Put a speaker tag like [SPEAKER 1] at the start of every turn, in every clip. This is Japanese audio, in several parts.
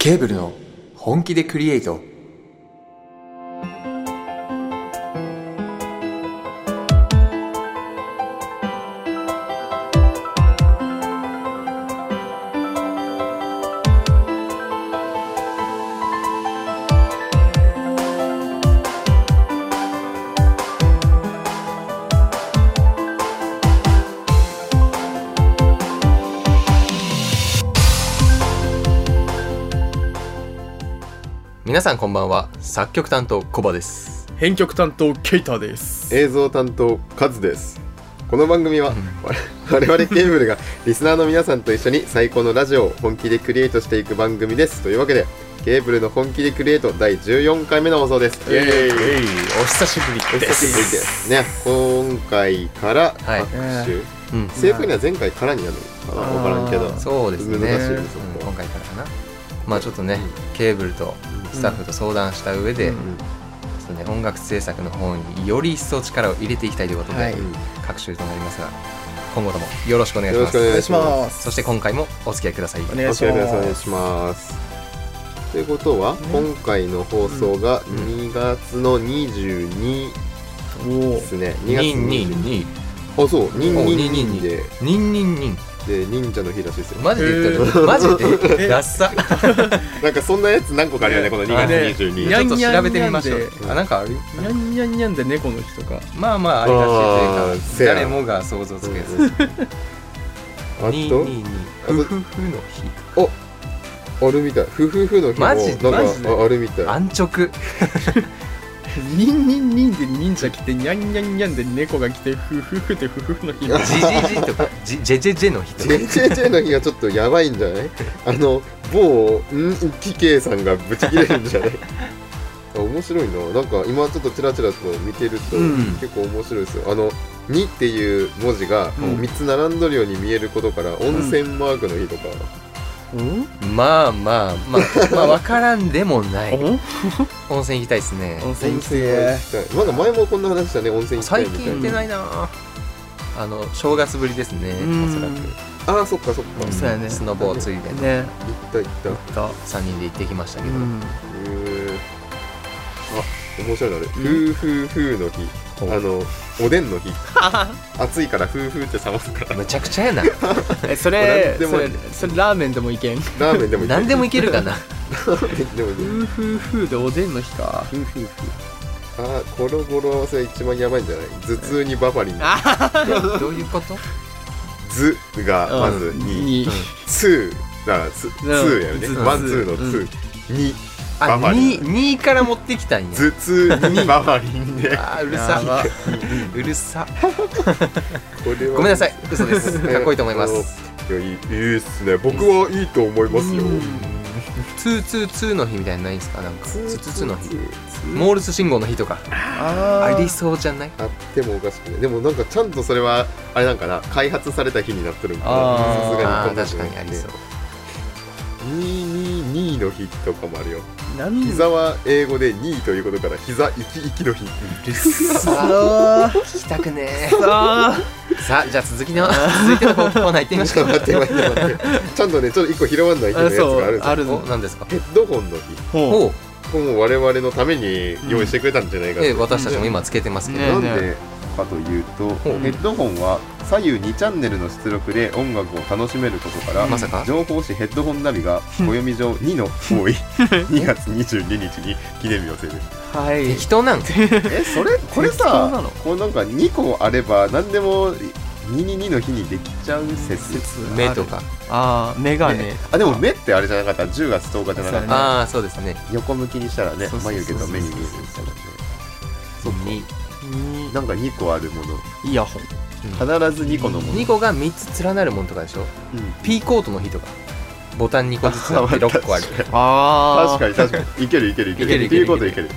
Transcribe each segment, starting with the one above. [SPEAKER 1] ケーブルの本気でクリエイト皆さんこんばんは作曲担当コバです
[SPEAKER 2] 編曲担当ケイターです
[SPEAKER 3] 映像担当カズですこの番組は我我々ケーブルがリスナーの皆さんと一緒に最高のラジオを本気でクリエイトしていく番組ですというわけでケーブルの本気でクリエイト第14回目の放送です
[SPEAKER 2] イお久しぶ
[SPEAKER 3] お
[SPEAKER 2] り
[SPEAKER 3] 久しぶりですね今回から
[SPEAKER 1] はい
[SPEAKER 3] 各種、
[SPEAKER 1] うん
[SPEAKER 3] 正確には前回からになるのかな分からんけど
[SPEAKER 2] あー
[SPEAKER 1] そうですね
[SPEAKER 3] 難しい
[SPEAKER 1] うん
[SPEAKER 3] ですね
[SPEAKER 1] 今回からかなまあちょっとねケーブルとスタッフと相談した上で、
[SPEAKER 2] うん
[SPEAKER 3] うん
[SPEAKER 1] ちょっとね、音楽制作の方により一層力を入れていきたいということで、
[SPEAKER 2] はい
[SPEAKER 1] 各種となりますが今後ともよろしくお願いします
[SPEAKER 3] よ
[SPEAKER 2] お
[SPEAKER 3] ろ
[SPEAKER 2] 願
[SPEAKER 3] く
[SPEAKER 2] いします
[SPEAKER 1] そして今回もお付き合いください
[SPEAKER 2] お願い
[SPEAKER 3] お
[SPEAKER 2] し
[SPEAKER 3] 疲れ様お願
[SPEAKER 2] ま
[SPEAKER 3] い
[SPEAKER 2] す
[SPEAKER 3] します。ということは、今回の放送が2月の22
[SPEAKER 2] お
[SPEAKER 3] ですね。2月22。
[SPEAKER 1] 222
[SPEAKER 3] あ、そう、222
[SPEAKER 1] 222
[SPEAKER 3] で、
[SPEAKER 1] 222
[SPEAKER 3] で、忍者の日らしいですよ。
[SPEAKER 1] マジで言ったの、
[SPEAKER 2] えー
[SPEAKER 1] マジで
[SPEAKER 2] え
[SPEAKER 1] ダッサ
[SPEAKER 3] なんかそんなやつ何個かあるよね、この2
[SPEAKER 1] あ
[SPEAKER 3] 月
[SPEAKER 1] ね
[SPEAKER 3] 22
[SPEAKER 2] に
[SPEAKER 1] ち
[SPEAKER 2] ゃ
[SPEAKER 1] ょっと調べてみましょ
[SPEAKER 2] にゃ
[SPEAKER 1] うん
[SPEAKER 3] にゃん
[SPEAKER 1] あなんかある
[SPEAKER 2] にゃんにゃんにゃんで猫の日とか
[SPEAKER 1] まあまあありがちというか
[SPEAKER 3] あー
[SPEAKER 1] 誰もが想像つくやつ
[SPEAKER 3] うん
[SPEAKER 1] 222ふふふの
[SPEAKER 3] あと、あるみたい。ふふふの日も、な
[SPEAKER 1] マジ
[SPEAKER 3] んか
[SPEAKER 1] マジで
[SPEAKER 3] ああるみた
[SPEAKER 1] 日
[SPEAKER 3] い。
[SPEAKER 1] 安直
[SPEAKER 2] にんにんにんで忍者来てにゃんにゃんにゃんで猫が来てふふふでふふふの日
[SPEAKER 3] あ
[SPEAKER 1] ジジジとかジジェジェジェの 日とか
[SPEAKER 3] JJJ の日がちょっとやばいんじゃないあの某んキケイさんがブチ切れるんじ ゃないあ面白いななんか今ちょっとチラチラと見てると
[SPEAKER 1] うん
[SPEAKER 3] 結構面白いですよ、あの「に」っていう文字が
[SPEAKER 2] うん
[SPEAKER 3] 3つ並んどるように見えることから、温泉マークの日とか、
[SPEAKER 2] うん
[SPEAKER 1] まあまあまあまあ分からんでもない
[SPEAKER 2] 温
[SPEAKER 1] 温泉行きたいですね
[SPEAKER 2] 泉行き
[SPEAKER 3] は
[SPEAKER 2] て
[SPEAKER 3] 行きたいなんか前もこんな話したね温泉行きたい
[SPEAKER 1] 最
[SPEAKER 3] みたい
[SPEAKER 1] 近行っ
[SPEAKER 3] な
[SPEAKER 1] てないなぁあの正月ぶりですね
[SPEAKER 2] うん
[SPEAKER 1] おそらく
[SPEAKER 3] ああそっかそっか、
[SPEAKER 2] そうやね
[SPEAKER 1] スノボをついでね
[SPEAKER 2] ね
[SPEAKER 3] 行った行ったへ
[SPEAKER 2] だ
[SPEAKER 1] 3人で行ってきました
[SPEAKER 2] う
[SPEAKER 1] けど
[SPEAKER 2] ん
[SPEAKER 3] えあ面白いなあれ「ふーふーふー」の日
[SPEAKER 1] お
[SPEAKER 3] あのおでんの日暑いからふーふーって冷 ますから
[SPEAKER 1] むちゃくちゃやな
[SPEAKER 2] えそれ
[SPEAKER 3] 何で
[SPEAKER 2] そ
[SPEAKER 3] も
[SPEAKER 2] れそれラーメンでもいけん
[SPEAKER 3] ラーメンでもいい
[SPEAKER 1] 何でもいけるかな
[SPEAKER 3] ラーメンでもい
[SPEAKER 2] ふ
[SPEAKER 3] い
[SPEAKER 2] ふふでおでんの日か
[SPEAKER 3] ふーふーふーあーコロコロはそれ一番やばいんじゃない頭痛にバファリン
[SPEAKER 1] どういうこと
[SPEAKER 3] ズがまず2
[SPEAKER 2] に
[SPEAKER 3] ツーだからツーやるね
[SPEAKER 2] ズ
[SPEAKER 3] ワンツーの
[SPEAKER 2] ズ
[SPEAKER 3] ツーに
[SPEAKER 1] あ
[SPEAKER 3] バファリン
[SPEAKER 1] 2位から持ってきたんや
[SPEAKER 3] 頭痛にバファリンで
[SPEAKER 1] あーうる
[SPEAKER 2] や
[SPEAKER 1] さ
[SPEAKER 2] ば
[SPEAKER 1] うるさ
[SPEAKER 3] これは
[SPEAKER 1] ごめんなさい嘘です かっこいいと思います
[SPEAKER 3] あのいやいいいいっすね僕はいいと思いますよ
[SPEAKER 2] うん
[SPEAKER 1] 2 2 2の日みたいなのないんですかなんか2 2 2の日
[SPEAKER 3] ツー
[SPEAKER 1] モールス信号の日とか
[SPEAKER 2] あ
[SPEAKER 1] あ
[SPEAKER 2] ー
[SPEAKER 1] りそうじゃない
[SPEAKER 3] あってもおかしくないでもなんかちゃんとそれはあれなんかな開発された日になってるんか
[SPEAKER 2] あー
[SPEAKER 3] なさすが
[SPEAKER 1] あ
[SPEAKER 3] に
[SPEAKER 1] ー確かにありそう
[SPEAKER 3] 222の日とかもあるよ
[SPEAKER 2] 何
[SPEAKER 3] 膝は英語で2ということから膝生き生きの日
[SPEAKER 1] うるさ
[SPEAKER 2] あ
[SPEAKER 1] 聞きたくねえ
[SPEAKER 2] あ
[SPEAKER 1] さあじゃあ続きの続いてのコーナー行ってみまし
[SPEAKER 3] ち
[SPEAKER 1] ょ
[SPEAKER 3] ょ
[SPEAKER 1] う
[SPEAKER 3] っと待って待って待ってちゃんとねちょっと一個拾わんない日のやつがあるんですよ
[SPEAKER 2] ある
[SPEAKER 1] お
[SPEAKER 2] の
[SPEAKER 1] 何ですか
[SPEAKER 3] ヘッドホンの日
[SPEAKER 2] ほう
[SPEAKER 1] おう
[SPEAKER 3] これも我々のために用意してくれたんじゃないかと、
[SPEAKER 1] ええ私たちも今つけてますけど、
[SPEAKER 2] ね
[SPEAKER 3] なんでかというと、
[SPEAKER 1] ほう
[SPEAKER 3] ヘッドホンは左右2チャンネルの出力で音楽を楽しめることから、
[SPEAKER 1] まさか
[SPEAKER 3] 情報誌ヘッドホンナビが暦上2の 多い2月22日に記念日を制定
[SPEAKER 2] はい
[SPEAKER 1] 適当なん
[SPEAKER 3] えそれこれ
[SPEAKER 2] 適当な
[SPEAKER 3] さ
[SPEAKER 2] の
[SPEAKER 3] こうなんか2個あれば何でも222の日にできちゃう説
[SPEAKER 1] 目とか
[SPEAKER 2] ああ眼鏡、ね、
[SPEAKER 3] あでも目ってあれじゃなかった10月10日じゃ
[SPEAKER 2] そう
[SPEAKER 3] なかっ
[SPEAKER 2] やね
[SPEAKER 3] た
[SPEAKER 1] ああそうですね
[SPEAKER 3] 横向きにしたらね
[SPEAKER 2] そうそうそう
[SPEAKER 3] 眉毛
[SPEAKER 2] そう
[SPEAKER 3] と目に見えるみたいなねそうか
[SPEAKER 1] に
[SPEAKER 3] なんか2個あるもの
[SPEAKER 2] イヤホン
[SPEAKER 3] 必ず2個のもの
[SPEAKER 1] 2個が3つ連なるもんとかでしょ
[SPEAKER 3] うん
[SPEAKER 1] ピーコートの日とかボタン2個ずつあって6個ある
[SPEAKER 2] あ
[SPEAKER 3] 確かに確かにいけるいけるいけ
[SPEAKER 1] いける
[SPEAKER 3] る
[SPEAKER 1] いけ
[SPEAKER 3] って
[SPEAKER 1] る
[SPEAKER 3] いうこといける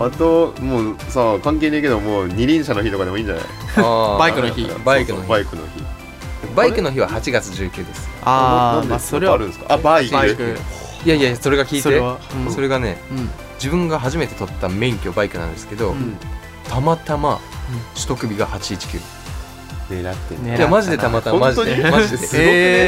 [SPEAKER 3] あともうさ関係ねえけどもう二輪車の日とかでもいいんじゃない
[SPEAKER 1] あー
[SPEAKER 2] バイクの日
[SPEAKER 1] バイクの
[SPEAKER 3] そうそ
[SPEAKER 1] 日
[SPEAKER 3] うバイクの日
[SPEAKER 1] バイクの日は8月19です
[SPEAKER 2] あ
[SPEAKER 3] な
[SPEAKER 2] あ
[SPEAKER 3] んで
[SPEAKER 2] まあそれは
[SPEAKER 3] あるんですかあバイク
[SPEAKER 2] バイク
[SPEAKER 1] いやいやそれが聞いて
[SPEAKER 2] それは、うん、
[SPEAKER 1] それがね
[SPEAKER 2] うん
[SPEAKER 1] 自分が初めて取った免許バイクなんですけど、
[SPEAKER 2] うん
[SPEAKER 1] たまたま取得日が819
[SPEAKER 3] 狙ってんだ
[SPEAKER 2] 狙っ
[SPEAKER 1] いやマジでたまたまマジ
[SPEAKER 3] 本当
[SPEAKER 1] で
[SPEAKER 3] に
[SPEAKER 1] マジ
[SPEAKER 3] すごくね
[SPEAKER 1] で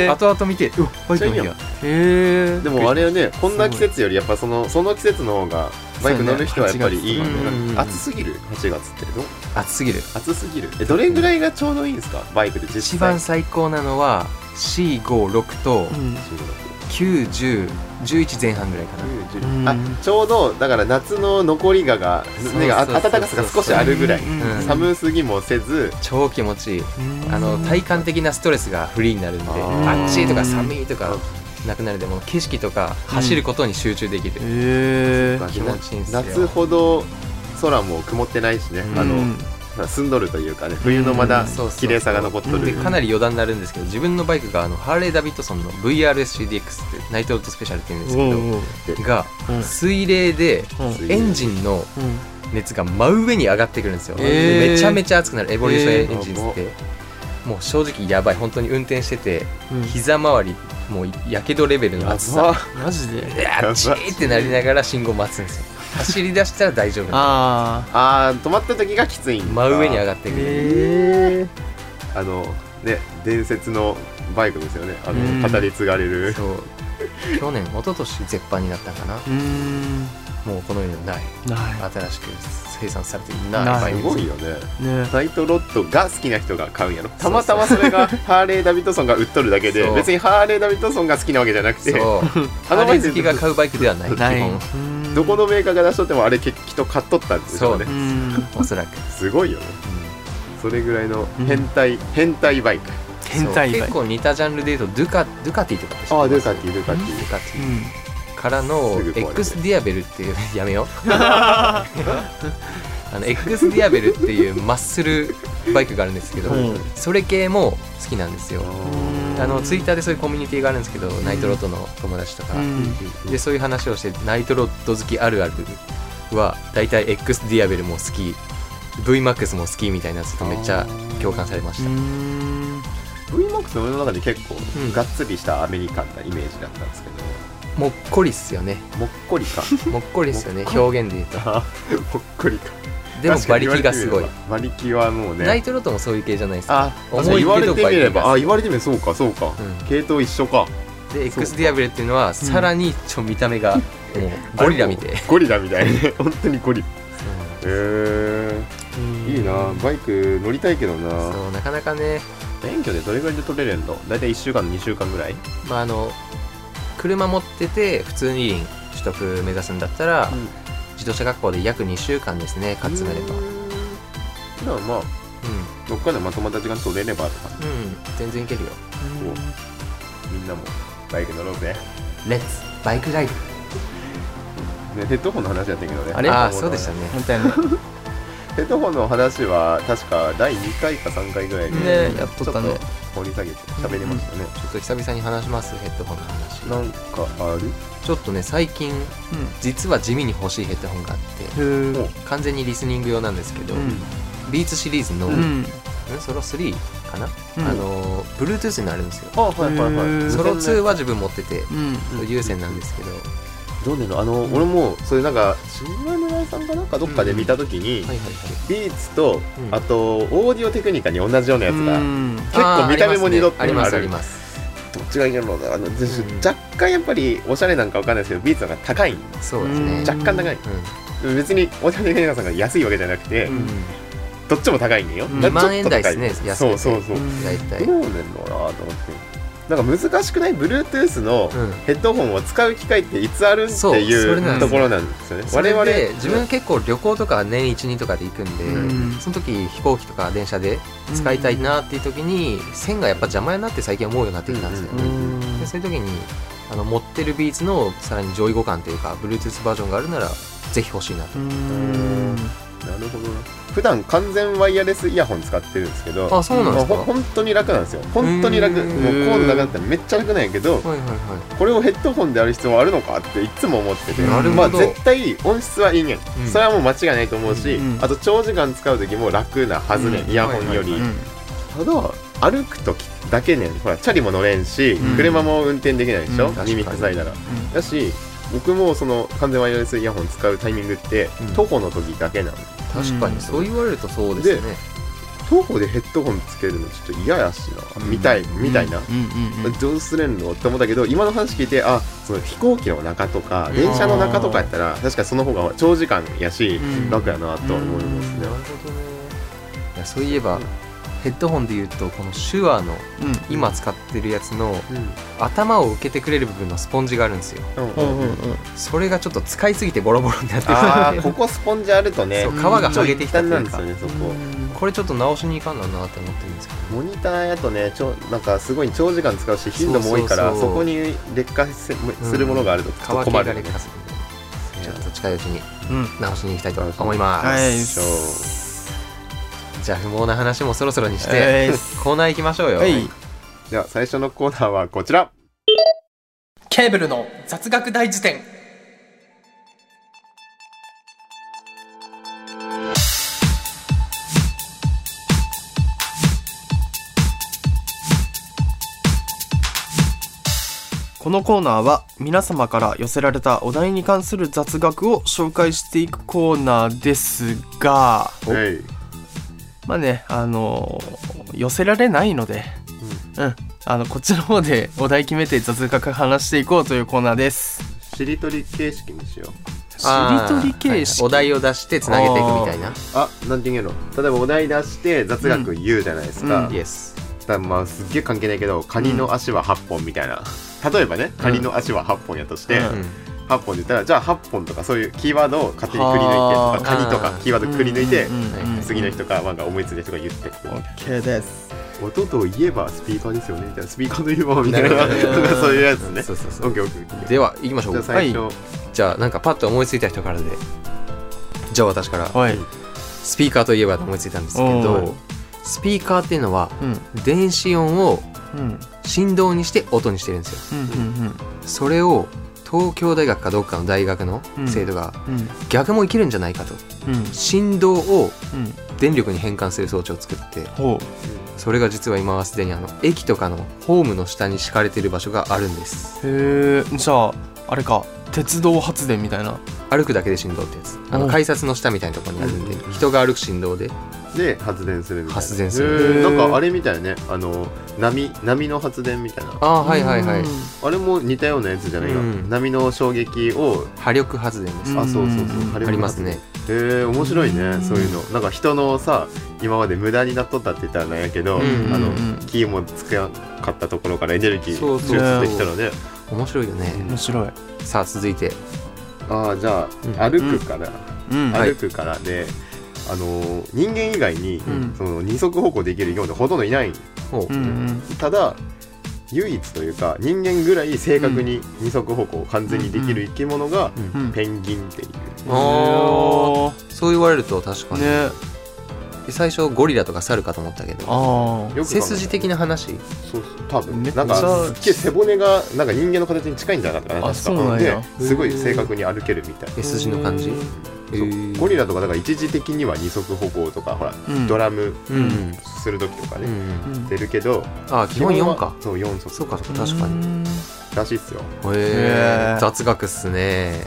[SPEAKER 1] えー後々見てうわバイクの日
[SPEAKER 3] めっ
[SPEAKER 1] がへえ
[SPEAKER 3] でもあれはねこんな季節よりやっぱそのその季節の方がバイク乗る人はやっぱりいいよね
[SPEAKER 1] そうね8月とかね
[SPEAKER 3] 暑すぎる8月ってどう
[SPEAKER 1] 暑すぎる
[SPEAKER 3] 暑すぎるえどれぐらいがちょうどいいんですかバイクで
[SPEAKER 1] 一
[SPEAKER 3] 実際
[SPEAKER 1] 番最高なのは456と
[SPEAKER 2] うん
[SPEAKER 1] 91011前半ぐらいかな
[SPEAKER 3] あちょうどだから夏の残りがが
[SPEAKER 1] そう
[SPEAKER 3] ねあ
[SPEAKER 1] そうそうそう
[SPEAKER 3] 暖かさが少しあるぐらい
[SPEAKER 1] うん
[SPEAKER 3] 寒すぎもせず
[SPEAKER 1] 超気持ちいいあの体感的なストレスがフリーになるんで
[SPEAKER 3] あ
[SPEAKER 2] ー
[SPEAKER 1] あっちとか寒いとかなくなるでも景色とか走ることに集中できる、
[SPEAKER 2] え
[SPEAKER 1] 気持ちいいんすよ
[SPEAKER 3] 夏ほど空も曇ってないしね
[SPEAKER 1] うん
[SPEAKER 3] あの
[SPEAKER 2] うん
[SPEAKER 3] まあ澄んどるというかね冬のまだ
[SPEAKER 1] そうそうそう
[SPEAKER 3] 綺麗さが残っと
[SPEAKER 1] で
[SPEAKER 3] る
[SPEAKER 1] かなり余談になるんですけど自分のバイクがあのハーレー・ダビッドソンの VRSCDX ってナイトロットスペシャルって言うんですけど
[SPEAKER 2] おうおう
[SPEAKER 1] が
[SPEAKER 2] うん
[SPEAKER 1] 水冷で
[SPEAKER 2] うん
[SPEAKER 1] エンジンの
[SPEAKER 2] うん
[SPEAKER 1] 熱が真上に上がってくるんですよ、
[SPEAKER 2] えー
[SPEAKER 1] めちゃめちゃ熱くなるエボリューションエンジンズって、
[SPEAKER 3] え
[SPEAKER 1] もう正直やばい本当に運転してて
[SPEAKER 2] うん
[SPEAKER 1] 膝周りもうやけどレベルの熱さ
[SPEAKER 2] マジ で
[SPEAKER 1] いやチーってなりながら信号待つんですよ走り出したら大丈夫
[SPEAKER 2] ああ
[SPEAKER 3] あー止まった時がきついんだ
[SPEAKER 1] 真上に上がってくる、
[SPEAKER 2] ええ
[SPEAKER 3] あのね伝説のバイクですよねあ
[SPEAKER 2] うん
[SPEAKER 3] の語り継がれる
[SPEAKER 1] そう去年一昨年絶版になったんかな
[SPEAKER 2] うーん
[SPEAKER 1] もうこの世にない
[SPEAKER 2] な
[SPEAKER 1] 新しく生産されてい
[SPEAKER 2] な
[SPEAKER 1] ないい
[SPEAKER 2] は
[SPEAKER 1] バイ
[SPEAKER 3] す
[SPEAKER 1] ク
[SPEAKER 3] ごいよね
[SPEAKER 2] いね
[SPEAKER 3] ナイトロッドが好きな人が買うんやろたまたまそれがハーレー・ダビッドソンが売っとるだけで
[SPEAKER 1] そう
[SPEAKER 3] 別にハーレー・ダビッドソンが好きなわけじゃなくて
[SPEAKER 1] そう
[SPEAKER 3] あ
[SPEAKER 1] あ
[SPEAKER 3] の
[SPEAKER 1] の
[SPEAKER 3] バ
[SPEAKER 1] バ
[SPEAKER 3] イ
[SPEAKER 1] イ
[SPEAKER 3] ク
[SPEAKER 1] ク好きが買うバイクではない
[SPEAKER 2] ない
[SPEAKER 1] 基本
[SPEAKER 3] どこのメーカーが出しとってもあれきっと買っとったんでしょうね
[SPEAKER 1] そう
[SPEAKER 2] ーん
[SPEAKER 1] おそらく、
[SPEAKER 3] すごいよねそれぐらいの変態、変態バイク
[SPEAKER 2] 変態
[SPEAKER 1] そう
[SPEAKER 2] バイ
[SPEAKER 1] 結
[SPEAKER 2] ク
[SPEAKER 1] 構似たジャンルでいうとドゥカドゥカティとかって知ってます
[SPEAKER 3] ルカティルカテ
[SPEAKER 1] ドゥ
[SPEAKER 3] ィ
[SPEAKER 1] カティ
[SPEAKER 2] うん
[SPEAKER 1] からの
[SPEAKER 3] すぐ壊れる
[SPEAKER 1] X ディアベルっていう や めようあの X ディアベルっていうマッスルバイクがあるんですけど、
[SPEAKER 2] うん
[SPEAKER 1] それ系も好きなんですよあのツイッターでそういうコミュニティがあるんですけど、ナイトロッドの友達とか、
[SPEAKER 2] うん
[SPEAKER 1] でそういう話をしてナイトロッド好きあるあるは大体 X ディアベルも好き VMAX も好きみたいなやつとめっちゃ共感されました、
[SPEAKER 2] う
[SPEAKER 3] VMAX の俺の中で結構
[SPEAKER 1] ん
[SPEAKER 3] がっつりしたアメリカンなイメージだったんですけど
[SPEAKER 1] もっこりっすよね
[SPEAKER 3] もっこりか
[SPEAKER 1] もっこりっすよね表現で言うと
[SPEAKER 3] あー もっこりか
[SPEAKER 1] でも
[SPEAKER 3] 確
[SPEAKER 1] 馬
[SPEAKER 3] かに言
[SPEAKER 1] 力
[SPEAKER 3] われて
[SPEAKER 1] が
[SPEAKER 3] みれ
[SPEAKER 1] す
[SPEAKER 3] ば
[SPEAKER 1] ごい、
[SPEAKER 3] 馬力はもうね
[SPEAKER 1] ナイトロッドもそういう系じゃないですか
[SPEAKER 3] あ
[SPEAKER 1] 重い
[SPEAKER 3] そう言われてみ
[SPEAKER 1] け
[SPEAKER 3] れ
[SPEAKER 1] どバイク
[SPEAKER 3] ば
[SPEAKER 1] が
[SPEAKER 3] あ言われてみればそうかそうか、
[SPEAKER 1] うん
[SPEAKER 3] 系統一緒か
[SPEAKER 1] で X ディアベルっていうのはさらにちょ見た目がもう ゴリラみて
[SPEAKER 3] ゴリラみたいね 本当にゴリラへえ
[SPEAKER 2] ん
[SPEAKER 3] いいなバイク乗りたいけどな
[SPEAKER 1] そうなかなかね
[SPEAKER 3] 免許でどれぐらいで取れるんだ大体1週間2週間ぐらい
[SPEAKER 1] まああの車持ってて普通二輪取得目指すんだったら、
[SPEAKER 3] うん
[SPEAKER 1] 自動車学校で約2週間ですねかつめればう
[SPEAKER 3] う
[SPEAKER 1] ん、
[SPEAKER 3] ーんだからまあどっかでまとまった時間取れればって感
[SPEAKER 1] うん、全然いけるよ
[SPEAKER 3] じみんなもバイク乗ろうぜ、
[SPEAKER 1] レッツバイクライフ
[SPEAKER 3] ね、ヘッドホンの話だったけどね
[SPEAKER 2] あれ
[SPEAKER 1] ああそうでしたね
[SPEAKER 2] 本当やね
[SPEAKER 3] ヘッドホンの話は確か第2回か3回ぐらいで、
[SPEAKER 2] ねやっとったね
[SPEAKER 3] ちょっと掘り下げて喋りましたね、
[SPEAKER 1] ちょっと久々に話しますヘッドホンの話
[SPEAKER 3] なんかある
[SPEAKER 1] ちょっとね最近実は地味に欲しいヘッドホンがあって
[SPEAKER 2] うんへえ
[SPEAKER 1] 完全にリスニング用なんですけど、
[SPEAKER 2] うん
[SPEAKER 1] ビーツシリーズの、う
[SPEAKER 2] う
[SPEAKER 1] ん
[SPEAKER 2] ん
[SPEAKER 1] ソロ3かな、
[SPEAKER 2] うん
[SPEAKER 1] あの Bluetooth になるんですよ
[SPEAKER 3] あはいはい
[SPEAKER 2] へ
[SPEAKER 3] は
[SPEAKER 2] ー
[SPEAKER 3] い
[SPEAKER 1] ソロ2は自分持ってて
[SPEAKER 2] うん
[SPEAKER 1] 有線なんですけど、は
[SPEAKER 3] どうねんのあの、俺もそれなんか新米のライさんかなんかどっかで見た時に、
[SPEAKER 1] いはいはい
[SPEAKER 3] ビーツと、
[SPEAKER 1] うん
[SPEAKER 3] あとオーディオテクニカに同じようなやつが、
[SPEAKER 2] うん
[SPEAKER 3] 結構
[SPEAKER 1] あー
[SPEAKER 3] 見た目も似とって
[SPEAKER 1] ありますねあ
[SPEAKER 3] る
[SPEAKER 1] ります
[SPEAKER 3] どっちがいいんだろうなあの、私
[SPEAKER 1] うん
[SPEAKER 3] 若干やっぱりおしゃれなんかわかんないですけどビーツの方が高い
[SPEAKER 1] ありますそうです
[SPEAKER 2] う
[SPEAKER 1] ね
[SPEAKER 2] ん
[SPEAKER 3] 若干高い別にオーディオテクニカさんが安いわけじゃなくて、
[SPEAKER 2] う
[SPEAKER 1] うんん、
[SPEAKER 3] どっちも高いんよ、
[SPEAKER 2] うん
[SPEAKER 3] だから
[SPEAKER 1] 2万円
[SPEAKER 3] ちょっと高い
[SPEAKER 1] 台ですね安く
[SPEAKER 3] そう
[SPEAKER 1] て
[SPEAKER 3] そうそう、
[SPEAKER 2] うん
[SPEAKER 1] 大体
[SPEAKER 3] どうねんのかなと思ってなんか難しくない Bluetooth の
[SPEAKER 1] うん
[SPEAKER 3] ヘッドホンを使う機会っていつあるんって
[SPEAKER 1] そうそ
[SPEAKER 3] い
[SPEAKER 1] れなん
[SPEAKER 3] う
[SPEAKER 1] です
[SPEAKER 3] ところなんですよね
[SPEAKER 1] そ
[SPEAKER 3] 我
[SPEAKER 1] れ
[SPEAKER 3] 々
[SPEAKER 1] で自分結構旅行とか年12とかで行くんで、
[SPEAKER 2] うん
[SPEAKER 1] その時飛行機とか電車で使いたいなっていう時に線がやっぱ邪魔やなって最近思うようになってきたんですよ、
[SPEAKER 3] うん
[SPEAKER 2] うん
[SPEAKER 1] でそういう時にあの持ってるビーツのさらに上位互換というか Bluetooth バージョンがあるならぜひ欲しいなと、
[SPEAKER 2] うん
[SPEAKER 3] なるほどな普段完全ワイヤレスイヤホン使ってるんですけど
[SPEAKER 1] あそうなんですか
[SPEAKER 3] もうほ本当に楽なんですよ本当に楽も
[SPEAKER 1] へ
[SPEAKER 3] う
[SPEAKER 1] ー
[SPEAKER 3] コードなくなったらめっちゃ楽なんやけど
[SPEAKER 1] はいはいはい
[SPEAKER 3] これをヘッドホンである必要あるのかっていつも思ってて
[SPEAKER 1] なるほど
[SPEAKER 3] まあ、絶対音質はいいねん、
[SPEAKER 1] うん
[SPEAKER 3] それはもう間違いないと思うし、
[SPEAKER 2] うんうん
[SPEAKER 3] あと長時間使う時も楽なはずねん、
[SPEAKER 1] うん
[SPEAKER 3] イヤホンより、
[SPEAKER 1] はいはい
[SPEAKER 2] うん
[SPEAKER 3] ただ歩く時だけねんほらチャリも乗れんし、
[SPEAKER 2] うん
[SPEAKER 3] 車も運転できないでしょ、
[SPEAKER 2] うん
[SPEAKER 3] 耳塞いだらだし僕もその完全ワイヤレスイヤホン使うタイミングって、
[SPEAKER 1] うん
[SPEAKER 3] 徒歩の時だけなの
[SPEAKER 1] 確かにそう言われるとそうですね
[SPEAKER 3] 徒歩でヘッドホンつけるのちょっと嫌やしなみたいみたいな
[SPEAKER 2] うんうんうん
[SPEAKER 3] 上手すれんのって思ったけど今の話聞いてあその飛行機の中とか電車の中とかやったら確かにその方が長時間やし
[SPEAKER 2] うん
[SPEAKER 3] 楽やなとは思いますね
[SPEAKER 1] なるほどねいやそういえばヘッドホンで言うとこの手話の
[SPEAKER 2] うん
[SPEAKER 1] 今使ってるやつの頭を受けてくれる部分のスポンジがあるんですよ
[SPEAKER 3] う
[SPEAKER 2] うんんうんうん
[SPEAKER 1] それがちょっと使いすぎてボロボロになってき
[SPEAKER 3] あー
[SPEAKER 1] て
[SPEAKER 3] ここスポンジあるとね
[SPEAKER 1] そう
[SPEAKER 2] 皮
[SPEAKER 1] が
[SPEAKER 3] ちょ
[SPEAKER 1] 剥げてきた
[SPEAKER 3] 一
[SPEAKER 1] と
[SPEAKER 3] 旦
[SPEAKER 1] いう
[SPEAKER 3] な
[SPEAKER 1] か
[SPEAKER 3] んですよねそこ
[SPEAKER 1] これちょっと直しにいかんなんなって思ってるんですけど
[SPEAKER 3] モニターやとねちょなんかすごい長時間使うし頻度も多いか
[SPEAKER 1] そ
[SPEAKER 3] ら
[SPEAKER 1] う
[SPEAKER 3] そ
[SPEAKER 1] そうそう
[SPEAKER 3] こに劣化せするものがあるとちょ
[SPEAKER 1] 乾き
[SPEAKER 3] っと困
[SPEAKER 1] が
[SPEAKER 3] る
[SPEAKER 1] れ
[SPEAKER 3] ね
[SPEAKER 1] かすんでちょっと近いうちに
[SPEAKER 2] うん
[SPEAKER 1] 直しに行きたいと思います、
[SPEAKER 2] はい
[SPEAKER 1] じゃあ不毛な話もそろそろにして、
[SPEAKER 2] えい
[SPEAKER 1] コーナー行きましょうよ、
[SPEAKER 2] はい
[SPEAKER 3] では最初のコーナーはこちら
[SPEAKER 2] ケーブルの雑学大辞典このコーナーは皆様から寄せられたお題に関する雑学を紹介していくコーナーですが
[SPEAKER 1] お
[SPEAKER 3] はい
[SPEAKER 2] まあねあのー寄せられないので、うんあのこっちの方でお題決めて雑学話していこうというコーナーです。
[SPEAKER 3] しりとり形式にしよう
[SPEAKER 2] し
[SPEAKER 1] あー
[SPEAKER 2] りとり形式、
[SPEAKER 1] はいはいお題を出してつなげていくみたいな
[SPEAKER 3] あなんて言うの例えばお題出して雑学言うじゃないですか、
[SPEAKER 2] うん
[SPEAKER 1] イエス
[SPEAKER 3] だからまあすっげえ関係ないけどカニの足は8本みたいな、例えばねカニの足は8本やとして、
[SPEAKER 2] うん
[SPEAKER 3] 8本で言ったらじゃあ8本とかそういうキーワードを勝手にくり抜いてとかカニと
[SPEAKER 1] あ
[SPEAKER 3] か
[SPEAKER 1] ー
[SPEAKER 3] キーワードくり抜いて、
[SPEAKER 2] うんうんうんうん
[SPEAKER 3] 次の人かなんか思いついた人が言ってくる
[SPEAKER 2] OK です。
[SPEAKER 3] 音といえばスピーカーですよねみたいなスピーカーといえばみたいな
[SPEAKER 1] なる
[SPEAKER 2] ほどね
[SPEAKER 3] そういうやつね
[SPEAKER 1] そうそうそう
[SPEAKER 3] オッケーオッケーオッケー
[SPEAKER 1] では行きましょ
[SPEAKER 3] じゃあ
[SPEAKER 1] う
[SPEAKER 3] 最初、
[SPEAKER 1] じゃあなんかパッと思いついた人からでじゃあ私から
[SPEAKER 2] はい。
[SPEAKER 1] スピーカーといえばと思いついたんですけど
[SPEAKER 2] お
[SPEAKER 1] スピーカーっていうのは
[SPEAKER 2] うん
[SPEAKER 1] 電子音を
[SPEAKER 2] うん
[SPEAKER 1] 振動にして音にしてるんですよ
[SPEAKER 2] うんうん
[SPEAKER 1] それを東京大学かどっかの大学の生徒が
[SPEAKER 2] うんうん
[SPEAKER 1] 逆もいけるんじゃないかと
[SPEAKER 2] うん
[SPEAKER 1] 振動を
[SPEAKER 2] うん。
[SPEAKER 1] 電力に変換する装置を作って
[SPEAKER 2] ほ
[SPEAKER 1] それが実は今はすでにあの駅とかのホームの下に敷かれている場所があるんです
[SPEAKER 2] う。へえ。じゃああれか鉄道発電みたいな。
[SPEAKER 1] 歩くだけで振動ってやつあ
[SPEAKER 2] う
[SPEAKER 1] の
[SPEAKER 2] ん
[SPEAKER 1] 改札の下みたいなところにあるんで人が歩く振動で
[SPEAKER 3] で発電するみたいな
[SPEAKER 1] 発電する
[SPEAKER 3] へー
[SPEAKER 2] へー
[SPEAKER 3] なんかあれみたいねあの波波の発電みたいな
[SPEAKER 1] ああはいはいはい
[SPEAKER 2] うん
[SPEAKER 3] あれも似たようなやつじゃないの、
[SPEAKER 1] うん
[SPEAKER 3] 波の衝撃を
[SPEAKER 1] 波力発電です
[SPEAKER 2] うん
[SPEAKER 3] あそうそうそう
[SPEAKER 2] うん
[SPEAKER 3] れも
[SPEAKER 1] ありますね
[SPEAKER 3] へえ面白いね
[SPEAKER 2] ん
[SPEAKER 3] そういうのなんか人のさ今まで無駄になっとったって言ったらなんやけど、
[SPEAKER 1] うん
[SPEAKER 3] あ
[SPEAKER 2] う
[SPEAKER 3] の
[SPEAKER 2] ん
[SPEAKER 3] キーもつかなかったところからエネルギー
[SPEAKER 1] そう
[SPEAKER 3] 抽
[SPEAKER 1] そう
[SPEAKER 3] 出できたらね
[SPEAKER 1] 面白いよね
[SPEAKER 2] 面白い。
[SPEAKER 1] さあ続いて
[SPEAKER 3] ああじゃあ、
[SPEAKER 1] う
[SPEAKER 3] 歩くから、
[SPEAKER 2] うん
[SPEAKER 1] はい
[SPEAKER 3] 歩くからで、あのー人間以外に、
[SPEAKER 2] ん
[SPEAKER 3] その二足歩行できる生き物ほとんどいない
[SPEAKER 1] ほう
[SPEAKER 2] うんうん
[SPEAKER 3] ただ唯一というか人間ぐらい正確に二足歩行を完全にできる生き物が
[SPEAKER 1] うん
[SPEAKER 2] うん。
[SPEAKER 3] ペンギンっていう、
[SPEAKER 1] あそう言われると確かに、
[SPEAKER 2] ね
[SPEAKER 1] 最初ゴリラとか猿かと思ったけど
[SPEAKER 2] あ
[SPEAKER 3] よく考えた
[SPEAKER 1] 背筋的な話
[SPEAKER 3] そうそう多分
[SPEAKER 2] めっち
[SPEAKER 3] な
[SPEAKER 2] ゃ
[SPEAKER 3] んかすっげえ背骨がなんか人間の形に近いんじゃなかったかな
[SPEAKER 2] あ
[SPEAKER 3] 確か
[SPEAKER 2] そうなんや
[SPEAKER 3] ですごい正確に歩けるみたい
[SPEAKER 1] 背筋の感じ
[SPEAKER 2] へ
[SPEAKER 1] へー
[SPEAKER 3] ゴリラとかだから一時的には二足歩行とかほら、
[SPEAKER 2] うん
[SPEAKER 3] ドラム
[SPEAKER 1] うんうん
[SPEAKER 3] する時とか
[SPEAKER 1] う
[SPEAKER 3] ね、
[SPEAKER 1] ん
[SPEAKER 2] うん
[SPEAKER 3] 出るけど
[SPEAKER 1] あ基本4
[SPEAKER 3] は
[SPEAKER 1] か
[SPEAKER 3] そう4足
[SPEAKER 1] そうかそうか確かに
[SPEAKER 2] に
[SPEAKER 3] らしいっすよ
[SPEAKER 1] へ
[SPEAKER 2] へ
[SPEAKER 1] え
[SPEAKER 2] ー
[SPEAKER 1] 雑学っすね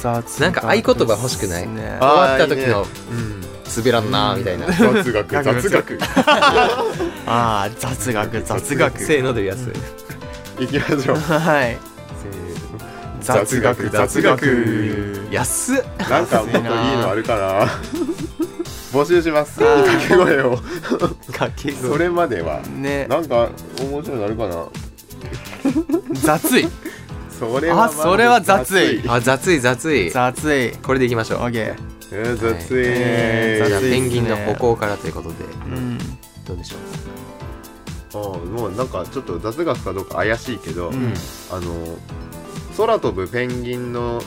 [SPEAKER 2] 雑
[SPEAKER 1] なんか合言葉欲しくない
[SPEAKER 2] 学ですね
[SPEAKER 1] 終
[SPEAKER 3] あ
[SPEAKER 1] わった時の
[SPEAKER 3] うん
[SPEAKER 1] 滑らんなーみたいな
[SPEAKER 3] 雑学
[SPEAKER 2] 学部
[SPEAKER 3] 雑学
[SPEAKER 2] あー雑学雑学
[SPEAKER 1] せーのでやつ
[SPEAKER 3] いきましょうせ
[SPEAKER 2] はい
[SPEAKER 3] ーの
[SPEAKER 2] 雑学雑学
[SPEAKER 1] 安っ
[SPEAKER 3] なんかもっといいのあるかな募集します掛け声を
[SPEAKER 2] かけ
[SPEAKER 3] それまでは
[SPEAKER 2] ね
[SPEAKER 3] なんか面白いのあるかな
[SPEAKER 2] 雑い
[SPEAKER 3] それは
[SPEAKER 2] あそれは雑い
[SPEAKER 1] あ雑い雑い
[SPEAKER 2] 雑い
[SPEAKER 1] これでいきましょう
[SPEAKER 2] オッケー
[SPEAKER 3] えー雑い、
[SPEAKER 2] えー
[SPEAKER 1] じゃあ
[SPEAKER 2] 雑いっすね
[SPEAKER 1] ペンギンの歩行からということで
[SPEAKER 2] うん
[SPEAKER 1] どうでしょう
[SPEAKER 3] あーもうなんかちょっと雑学かどうか怪しいけど、
[SPEAKER 2] うん
[SPEAKER 3] あの空飛ぶペンギンの、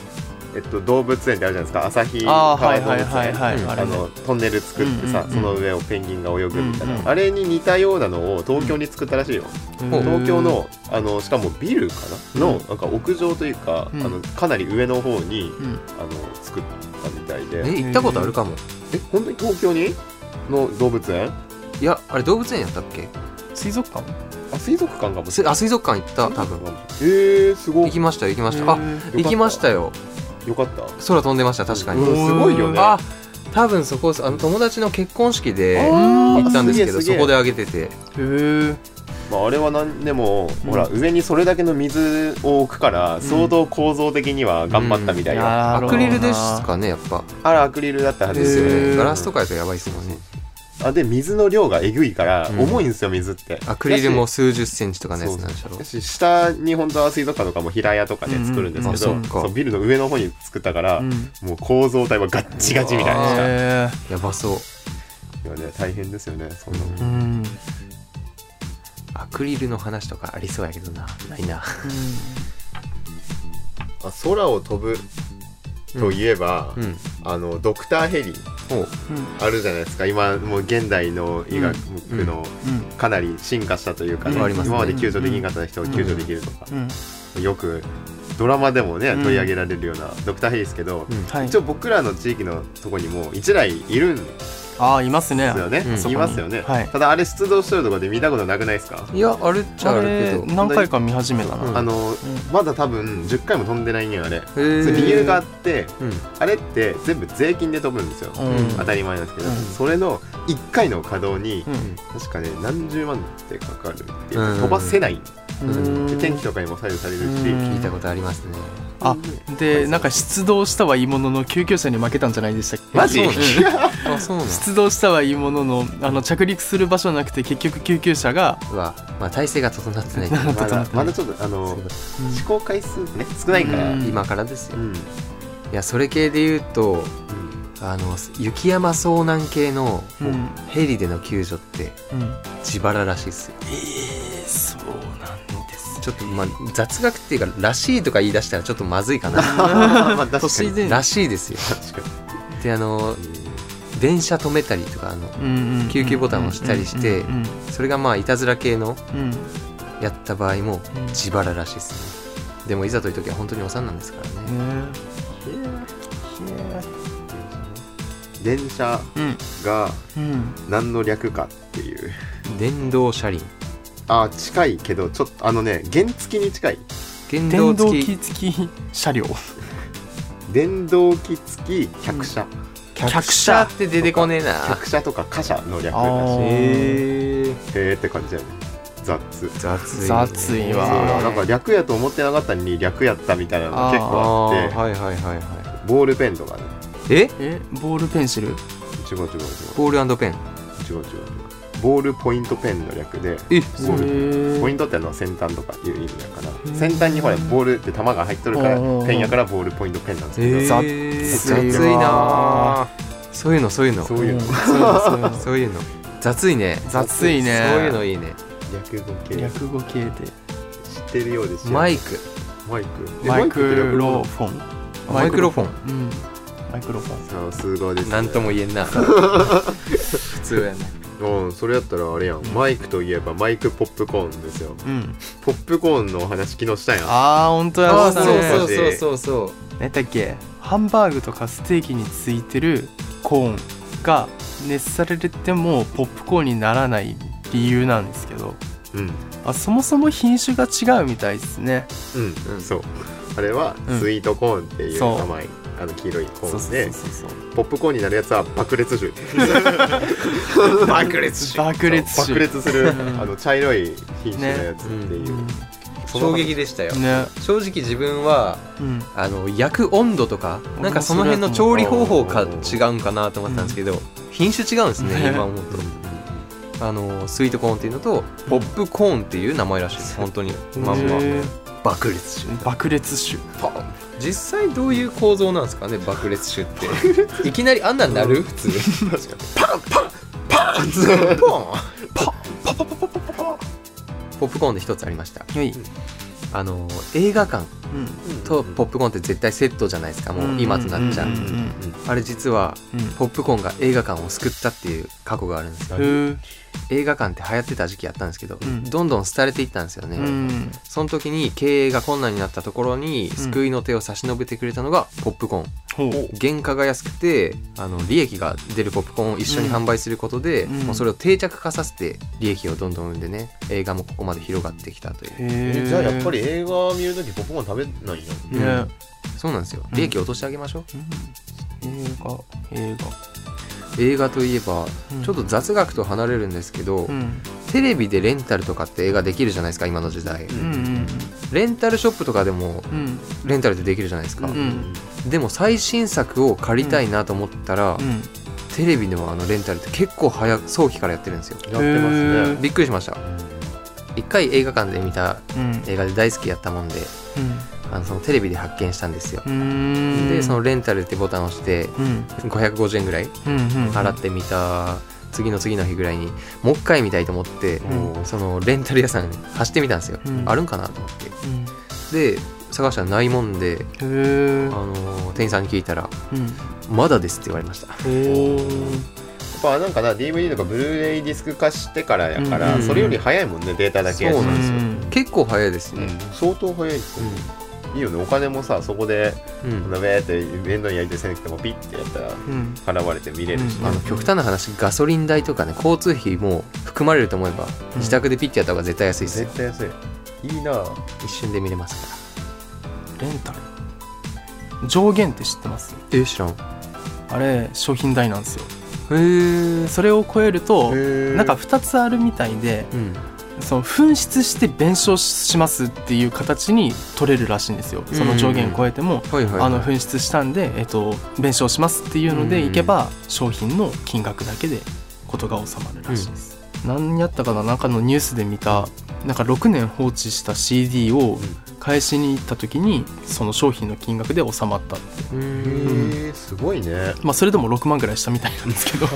[SPEAKER 3] えっと、動物園ってあるじゃないですか朝日
[SPEAKER 2] あー
[SPEAKER 3] 川
[SPEAKER 2] はい
[SPEAKER 3] 動物
[SPEAKER 2] は
[SPEAKER 3] 園
[SPEAKER 2] いはいはい
[SPEAKER 1] うん
[SPEAKER 2] あ
[SPEAKER 3] あ
[SPEAKER 2] れね
[SPEAKER 3] のトンネル作ってさ、
[SPEAKER 2] うんうんうん
[SPEAKER 3] その上をペンギンが泳ぐみたいな、
[SPEAKER 2] うんうん
[SPEAKER 3] あれに似たようなのを東京に作ったらしいよ、
[SPEAKER 1] うん
[SPEAKER 3] 東京のあのしかもビルかなの、
[SPEAKER 2] うん
[SPEAKER 3] なんか屋上というか、
[SPEAKER 2] うん
[SPEAKER 3] あのかなり上の方に
[SPEAKER 2] うん
[SPEAKER 3] あの作ったみたいで
[SPEAKER 1] え行ったことあるかも
[SPEAKER 3] え本当に東京にの動物園
[SPEAKER 1] いやあれ動物園やったっけ
[SPEAKER 2] 水族館
[SPEAKER 3] あ水族館かも
[SPEAKER 1] すあ水族館行った多分
[SPEAKER 3] えー、すご
[SPEAKER 1] 行
[SPEAKER 3] い
[SPEAKER 1] きましたよ行きましたあ行きましたよ
[SPEAKER 3] よかった
[SPEAKER 1] 空飛んでました確かに
[SPEAKER 3] うんすごいよね
[SPEAKER 1] あ多分そこあの友達の結婚式で
[SPEAKER 2] あー
[SPEAKER 1] 行ったんですけど
[SPEAKER 3] すげ
[SPEAKER 1] そ
[SPEAKER 3] え
[SPEAKER 1] こであげてて
[SPEAKER 2] ー
[SPEAKER 3] まあ、あれはなんでも、
[SPEAKER 2] うん
[SPEAKER 3] ほら上にそれだけの水を置くから相当構造的には頑張ったみたいよ、
[SPEAKER 2] な
[SPEAKER 1] ア
[SPEAKER 2] るほど
[SPEAKER 1] ク
[SPEAKER 2] な
[SPEAKER 1] リルですかねやっぱ
[SPEAKER 3] あれアクリルだったはずですよ
[SPEAKER 2] へ
[SPEAKER 3] ね
[SPEAKER 2] ー
[SPEAKER 1] ガラスとかやとやばいですもんね
[SPEAKER 3] あで水の量がえぐいから
[SPEAKER 1] うん
[SPEAKER 3] 重いんですよ、水って
[SPEAKER 1] アクリルも
[SPEAKER 3] だし
[SPEAKER 1] 数十センチとかのやつなんでしょ
[SPEAKER 3] そうだし下に本当は水族館とかも平屋とかで作るんですけど、
[SPEAKER 1] うんうんあそっか
[SPEAKER 3] そうビルの上の方に作ったから、
[SPEAKER 2] うん
[SPEAKER 3] もう構造体はガッチガチみたいな
[SPEAKER 1] うわ
[SPEAKER 3] した
[SPEAKER 2] え
[SPEAKER 1] やばそう
[SPEAKER 3] いやね大変ですよねそんなの
[SPEAKER 2] ーうん
[SPEAKER 1] アクリルの話とかありそうやけどなないな
[SPEAKER 3] あ空を飛ぶといえば、
[SPEAKER 1] うん
[SPEAKER 3] あのドクターヘリ
[SPEAKER 1] お
[SPEAKER 2] うん
[SPEAKER 3] あるじゃないですか今もう現代の医学の
[SPEAKER 2] うん
[SPEAKER 3] かなり進化したというか、
[SPEAKER 2] うんあり
[SPEAKER 1] ますね
[SPEAKER 3] 今まで救助できなかった人を救助できるとか、
[SPEAKER 2] うん
[SPEAKER 3] よくドラマでもね
[SPEAKER 2] うん
[SPEAKER 3] 取り上げられるようなドクターヘリですけど、
[SPEAKER 1] うん
[SPEAKER 2] はい
[SPEAKER 3] 一応僕らの地域のとこにも1台いるんで
[SPEAKER 2] ああいますね
[SPEAKER 3] すよね、
[SPEAKER 1] うんそこ
[SPEAKER 3] い
[SPEAKER 1] に
[SPEAKER 3] ますよね、
[SPEAKER 2] はい
[SPEAKER 3] ただあれ出動してるとこで見たことなくないですか、
[SPEAKER 1] いやあるっちゃ
[SPEAKER 2] あ
[SPEAKER 1] あるけ
[SPEAKER 2] れ
[SPEAKER 1] ど
[SPEAKER 2] 何回か見始めたな、
[SPEAKER 1] うん
[SPEAKER 3] あのまだ多分10回も飛んでないんやあれ、
[SPEAKER 1] へー
[SPEAKER 3] それ理由があって
[SPEAKER 1] うん
[SPEAKER 3] あれって全部税金で飛ぶんですよ、
[SPEAKER 2] うん
[SPEAKER 3] 当たり前なんですけど、
[SPEAKER 2] うん
[SPEAKER 3] それの1回の稼働に、
[SPEAKER 2] うん
[SPEAKER 3] 確かね何十万ってかかるっていう
[SPEAKER 1] うん
[SPEAKER 3] 飛ばせない、
[SPEAKER 1] うん
[SPEAKER 3] で天気とかにも左右されるし、
[SPEAKER 2] うん
[SPEAKER 1] 聞いたことありますね
[SPEAKER 2] あでなんか出動したはいいものの救急車に負けたんじゃないでしたっけ
[SPEAKER 3] マジ
[SPEAKER 1] そううんあそうなん
[SPEAKER 2] 出動したはいいもののあの着陸する場所なくて結局救急車が、
[SPEAKER 1] うわまあ体勢が整ってないけど
[SPEAKER 2] なん
[SPEAKER 3] ま
[SPEAKER 2] か
[SPEAKER 3] だまだちょっとあの試行回数ね少ないから、
[SPEAKER 2] う
[SPEAKER 3] うんん
[SPEAKER 1] 今からですよいやそれ系で言うとあの雪山遭難系の
[SPEAKER 2] うんうん
[SPEAKER 1] ヘリでの救助って自腹らしいっすよ
[SPEAKER 2] えそうなんです
[SPEAKER 1] ちょっとまあ雑学っていうか「らしい」とか言い出したらちょっとまずいかな
[SPEAKER 3] まあ確か
[SPEAKER 2] 都
[SPEAKER 3] に
[SPEAKER 2] 市伝
[SPEAKER 1] らしいですよ
[SPEAKER 3] 確か
[SPEAKER 1] であの
[SPEAKER 3] に
[SPEAKER 1] 電車止めたりとかあの救急ボタンを押したりして
[SPEAKER 2] うん
[SPEAKER 1] それがまあいたずら系の
[SPEAKER 2] うんうん
[SPEAKER 1] やった場合も
[SPEAKER 2] うん
[SPEAKER 1] 自腹らしいっすねでもいざという時は本当にお産なんですからね
[SPEAKER 2] ね
[SPEAKER 3] 電車
[SPEAKER 2] うん
[SPEAKER 3] が
[SPEAKER 2] うん
[SPEAKER 3] 何の略かっていう
[SPEAKER 1] 電動車輪
[SPEAKER 3] あ近いけどちょっとあのね原付に近い
[SPEAKER 1] 電動
[SPEAKER 2] 電動
[SPEAKER 1] 付
[SPEAKER 2] 機
[SPEAKER 1] き
[SPEAKER 2] 付き車両
[SPEAKER 3] 電動機付き客車、
[SPEAKER 2] 客
[SPEAKER 1] 車って出てこねえな
[SPEAKER 3] 客車とか貨車の略
[SPEAKER 2] あ
[SPEAKER 3] らしい
[SPEAKER 2] ー
[SPEAKER 1] へえ
[SPEAKER 3] へーって感じだよね雑
[SPEAKER 1] 雑いね
[SPEAKER 2] 雑いわ
[SPEAKER 3] そうだ
[SPEAKER 2] ー
[SPEAKER 3] なんか略やと思ってなかったのに略やったみたいなのが結
[SPEAKER 1] ああ
[SPEAKER 3] 構あって
[SPEAKER 1] はいはいはいは
[SPEAKER 3] ボールペンとかね
[SPEAKER 1] いえ
[SPEAKER 2] えボールペンシル
[SPEAKER 3] 違う違う違う
[SPEAKER 1] ボールペン
[SPEAKER 3] 違う違う違うボールポイントペンの略で
[SPEAKER 1] え
[SPEAKER 3] ボールポイ
[SPEAKER 2] ン
[SPEAKER 3] ントってのは先端とかいう意味だか
[SPEAKER 2] うん
[SPEAKER 3] ら先端にほらボールって球が入っとるから
[SPEAKER 2] うん
[SPEAKER 3] ペンやからボールポイントペンなんです
[SPEAKER 1] え
[SPEAKER 3] け
[SPEAKER 1] ー、
[SPEAKER 3] ど
[SPEAKER 2] 雑
[SPEAKER 1] 雑いなーそういうのそういうの
[SPEAKER 3] そういうの
[SPEAKER 1] そういうの雑いね
[SPEAKER 2] 雑いね
[SPEAKER 1] そういうのいいね
[SPEAKER 3] 略語系知
[SPEAKER 2] 略語系で
[SPEAKER 3] ってるようです
[SPEAKER 1] マイク
[SPEAKER 3] マイク
[SPEAKER 2] マイクロ
[SPEAKER 3] フ
[SPEAKER 2] フォン
[SPEAKER 1] マイクロフォン
[SPEAKER 2] うんマイクロフォン
[SPEAKER 3] ォン数語ですね
[SPEAKER 1] なんとも言えんな 普通やね
[SPEAKER 3] うんそれやったらあれやんマイクといえばマイクポップコーンですよ
[SPEAKER 2] うん
[SPEAKER 3] ポップコーンのお話昨日したやん
[SPEAKER 2] ああ本当や
[SPEAKER 1] あ
[SPEAKER 2] わ
[SPEAKER 1] あそうそうそうそうそう
[SPEAKER 2] 何だっけハンバーグとかステーキについてるコーンが熱されてもポップコーンにならない理由なんですけど
[SPEAKER 3] うん
[SPEAKER 2] あそもそも品種が違うみたいですね
[SPEAKER 3] うん、
[SPEAKER 1] うん
[SPEAKER 3] そうあれは
[SPEAKER 2] うん
[SPEAKER 3] スイートコーンっていう
[SPEAKER 2] そう
[SPEAKER 3] 名前、あの黄色いコ
[SPEAKER 2] そう
[SPEAKER 3] ーン
[SPEAKER 2] そう
[SPEAKER 3] で
[SPEAKER 2] そうそう
[SPEAKER 3] ポップコーンになるやつは爆裂種
[SPEAKER 1] 爆裂し
[SPEAKER 2] 爆裂種
[SPEAKER 3] 爆裂する
[SPEAKER 2] うん
[SPEAKER 3] あの茶色い品種のやつっていう、その
[SPEAKER 1] 衝撃でしたよ
[SPEAKER 2] ね
[SPEAKER 1] 正直自分は
[SPEAKER 2] うん
[SPEAKER 1] あの焼く温度とか
[SPEAKER 2] 俺も
[SPEAKER 1] なんかその辺の調理方法か
[SPEAKER 3] それだと
[SPEAKER 1] 違うんかなと思ったんですけど品種違うんですね
[SPEAKER 2] ね
[SPEAKER 1] 今思うとあのスイートコーンっていうのとポップコーンっていう名前らしいです本当にまんま
[SPEAKER 2] へえ
[SPEAKER 1] 爆裂種
[SPEAKER 2] 爆裂種
[SPEAKER 1] 実際どういう構造なんですかね爆裂種っていきなりあんなんなる普通
[SPEAKER 3] 確かに
[SPEAKER 1] パンポンパパパパパパパポップコーンで一つありました
[SPEAKER 2] はい
[SPEAKER 1] あの映画館
[SPEAKER 2] うん
[SPEAKER 1] とポップコーンって絶対セットじゃないですかもう今となっちゃう
[SPEAKER 2] うんうんうん
[SPEAKER 1] あれ実は
[SPEAKER 2] うん
[SPEAKER 1] ポップコーンが映画館を救ったっていう過去があるんですよ
[SPEAKER 2] へ
[SPEAKER 1] 映画館って流行ってた時期やったんですけど、
[SPEAKER 2] うん
[SPEAKER 1] どんどん廃れていったんですよね、
[SPEAKER 2] えうん
[SPEAKER 1] その時に経営が困難になったところに救いの手を差し伸べてくれたのがポップコーン
[SPEAKER 2] ほう
[SPEAKER 1] 原価が安くてあの利益が出るポップコーンを一緒に販売することで、
[SPEAKER 2] うん
[SPEAKER 1] もうそれを定着化させて利益をどんどん生んでね映画もここまで広がってきたという
[SPEAKER 2] へえ
[SPEAKER 3] り映画見るときポップコーン食べないよ
[SPEAKER 2] ね
[SPEAKER 1] そうなんですよ
[SPEAKER 2] うん
[SPEAKER 1] 利益を落としてあげましょう、
[SPEAKER 2] 映画映画
[SPEAKER 1] 映画といえば
[SPEAKER 2] うん
[SPEAKER 1] ちょっと雑学と離れるんですけど、
[SPEAKER 2] うん
[SPEAKER 1] テレビでレンタルとかって映画できるじゃないですか今の時代、
[SPEAKER 3] うん
[SPEAKER 2] うんうん
[SPEAKER 1] レンタルショップとかでも
[SPEAKER 2] うん
[SPEAKER 1] レンタルでできるじゃないですか、
[SPEAKER 2] うん
[SPEAKER 1] でも最新作を借りたいなと思ったら、
[SPEAKER 2] うん
[SPEAKER 1] テレビのあのレンタルって結構早く早期からやってるんですよ
[SPEAKER 3] やってますね
[SPEAKER 1] びっくりしました一回映画館で見た
[SPEAKER 2] うん
[SPEAKER 1] 映画で大好きやったもんで
[SPEAKER 2] うん
[SPEAKER 1] あのそのテレビで発見したんですよ
[SPEAKER 2] う、ーん
[SPEAKER 1] でそのレンタルってボタンを押して
[SPEAKER 2] うん
[SPEAKER 1] 550円ぐらい
[SPEAKER 2] うんうん
[SPEAKER 1] 払ってみた次の次の日ぐらいにもう一回見たいと思って、
[SPEAKER 2] う
[SPEAKER 1] そのレンタル屋さん走ってみたんですよ、
[SPEAKER 2] うん
[SPEAKER 1] あるんかなと思って
[SPEAKER 2] うん
[SPEAKER 1] で探したらないもんで、
[SPEAKER 2] へえ
[SPEAKER 1] あの店員さんに聞いたら
[SPEAKER 2] うん
[SPEAKER 1] 「まだです」って言われました
[SPEAKER 2] おー
[SPEAKER 3] やっぱなんかな DVD とかブルーレイディスク化してからやか
[SPEAKER 2] うん
[SPEAKER 3] ら、
[SPEAKER 2] うんうん
[SPEAKER 3] それより早いもんねデータだけやし
[SPEAKER 1] そうなんです
[SPEAKER 2] よ
[SPEAKER 1] 結構早いです
[SPEAKER 3] うん
[SPEAKER 1] ね、
[SPEAKER 3] 相当早いですよね、いいよねお金もさそこで
[SPEAKER 1] うん
[SPEAKER 3] なべーって面倒にやりたいせなくてもピッてやったら
[SPEAKER 2] うん
[SPEAKER 3] 払われて見れるし、
[SPEAKER 2] うん
[SPEAKER 1] あの極端な話ガソリン代とかね交通費も含まれると思えば
[SPEAKER 2] ん
[SPEAKER 1] 自宅でピッてやった方が絶対安いですよ
[SPEAKER 3] 絶対安いいいなぁ
[SPEAKER 1] 一瞬で見れますか
[SPEAKER 2] レンタル上限って知ってます
[SPEAKER 1] らえ知らんへ
[SPEAKER 2] あれ商品代なんですよ
[SPEAKER 1] え
[SPEAKER 2] それを超えると
[SPEAKER 3] へー
[SPEAKER 2] なんか2つあるみたいで
[SPEAKER 1] うん
[SPEAKER 2] その紛失して弁償しますっていう形に取れるらしいんですよその上限を超えても、
[SPEAKER 1] はいはい、はい、
[SPEAKER 2] あの紛失したんで、えっと、弁償しますっていうの
[SPEAKER 1] う
[SPEAKER 2] で
[SPEAKER 1] んうん
[SPEAKER 2] いけば商品の金額だけで事が収まるらしいです、何やったかななんかのニュースで見たなんか6年放置した CD を返しに行った時にその商品の金額で収まったって、
[SPEAKER 1] う
[SPEAKER 3] へ
[SPEAKER 1] ん
[SPEAKER 3] ーすごいね
[SPEAKER 2] まあ、それでも6万ぐらいしたみたいなんです けど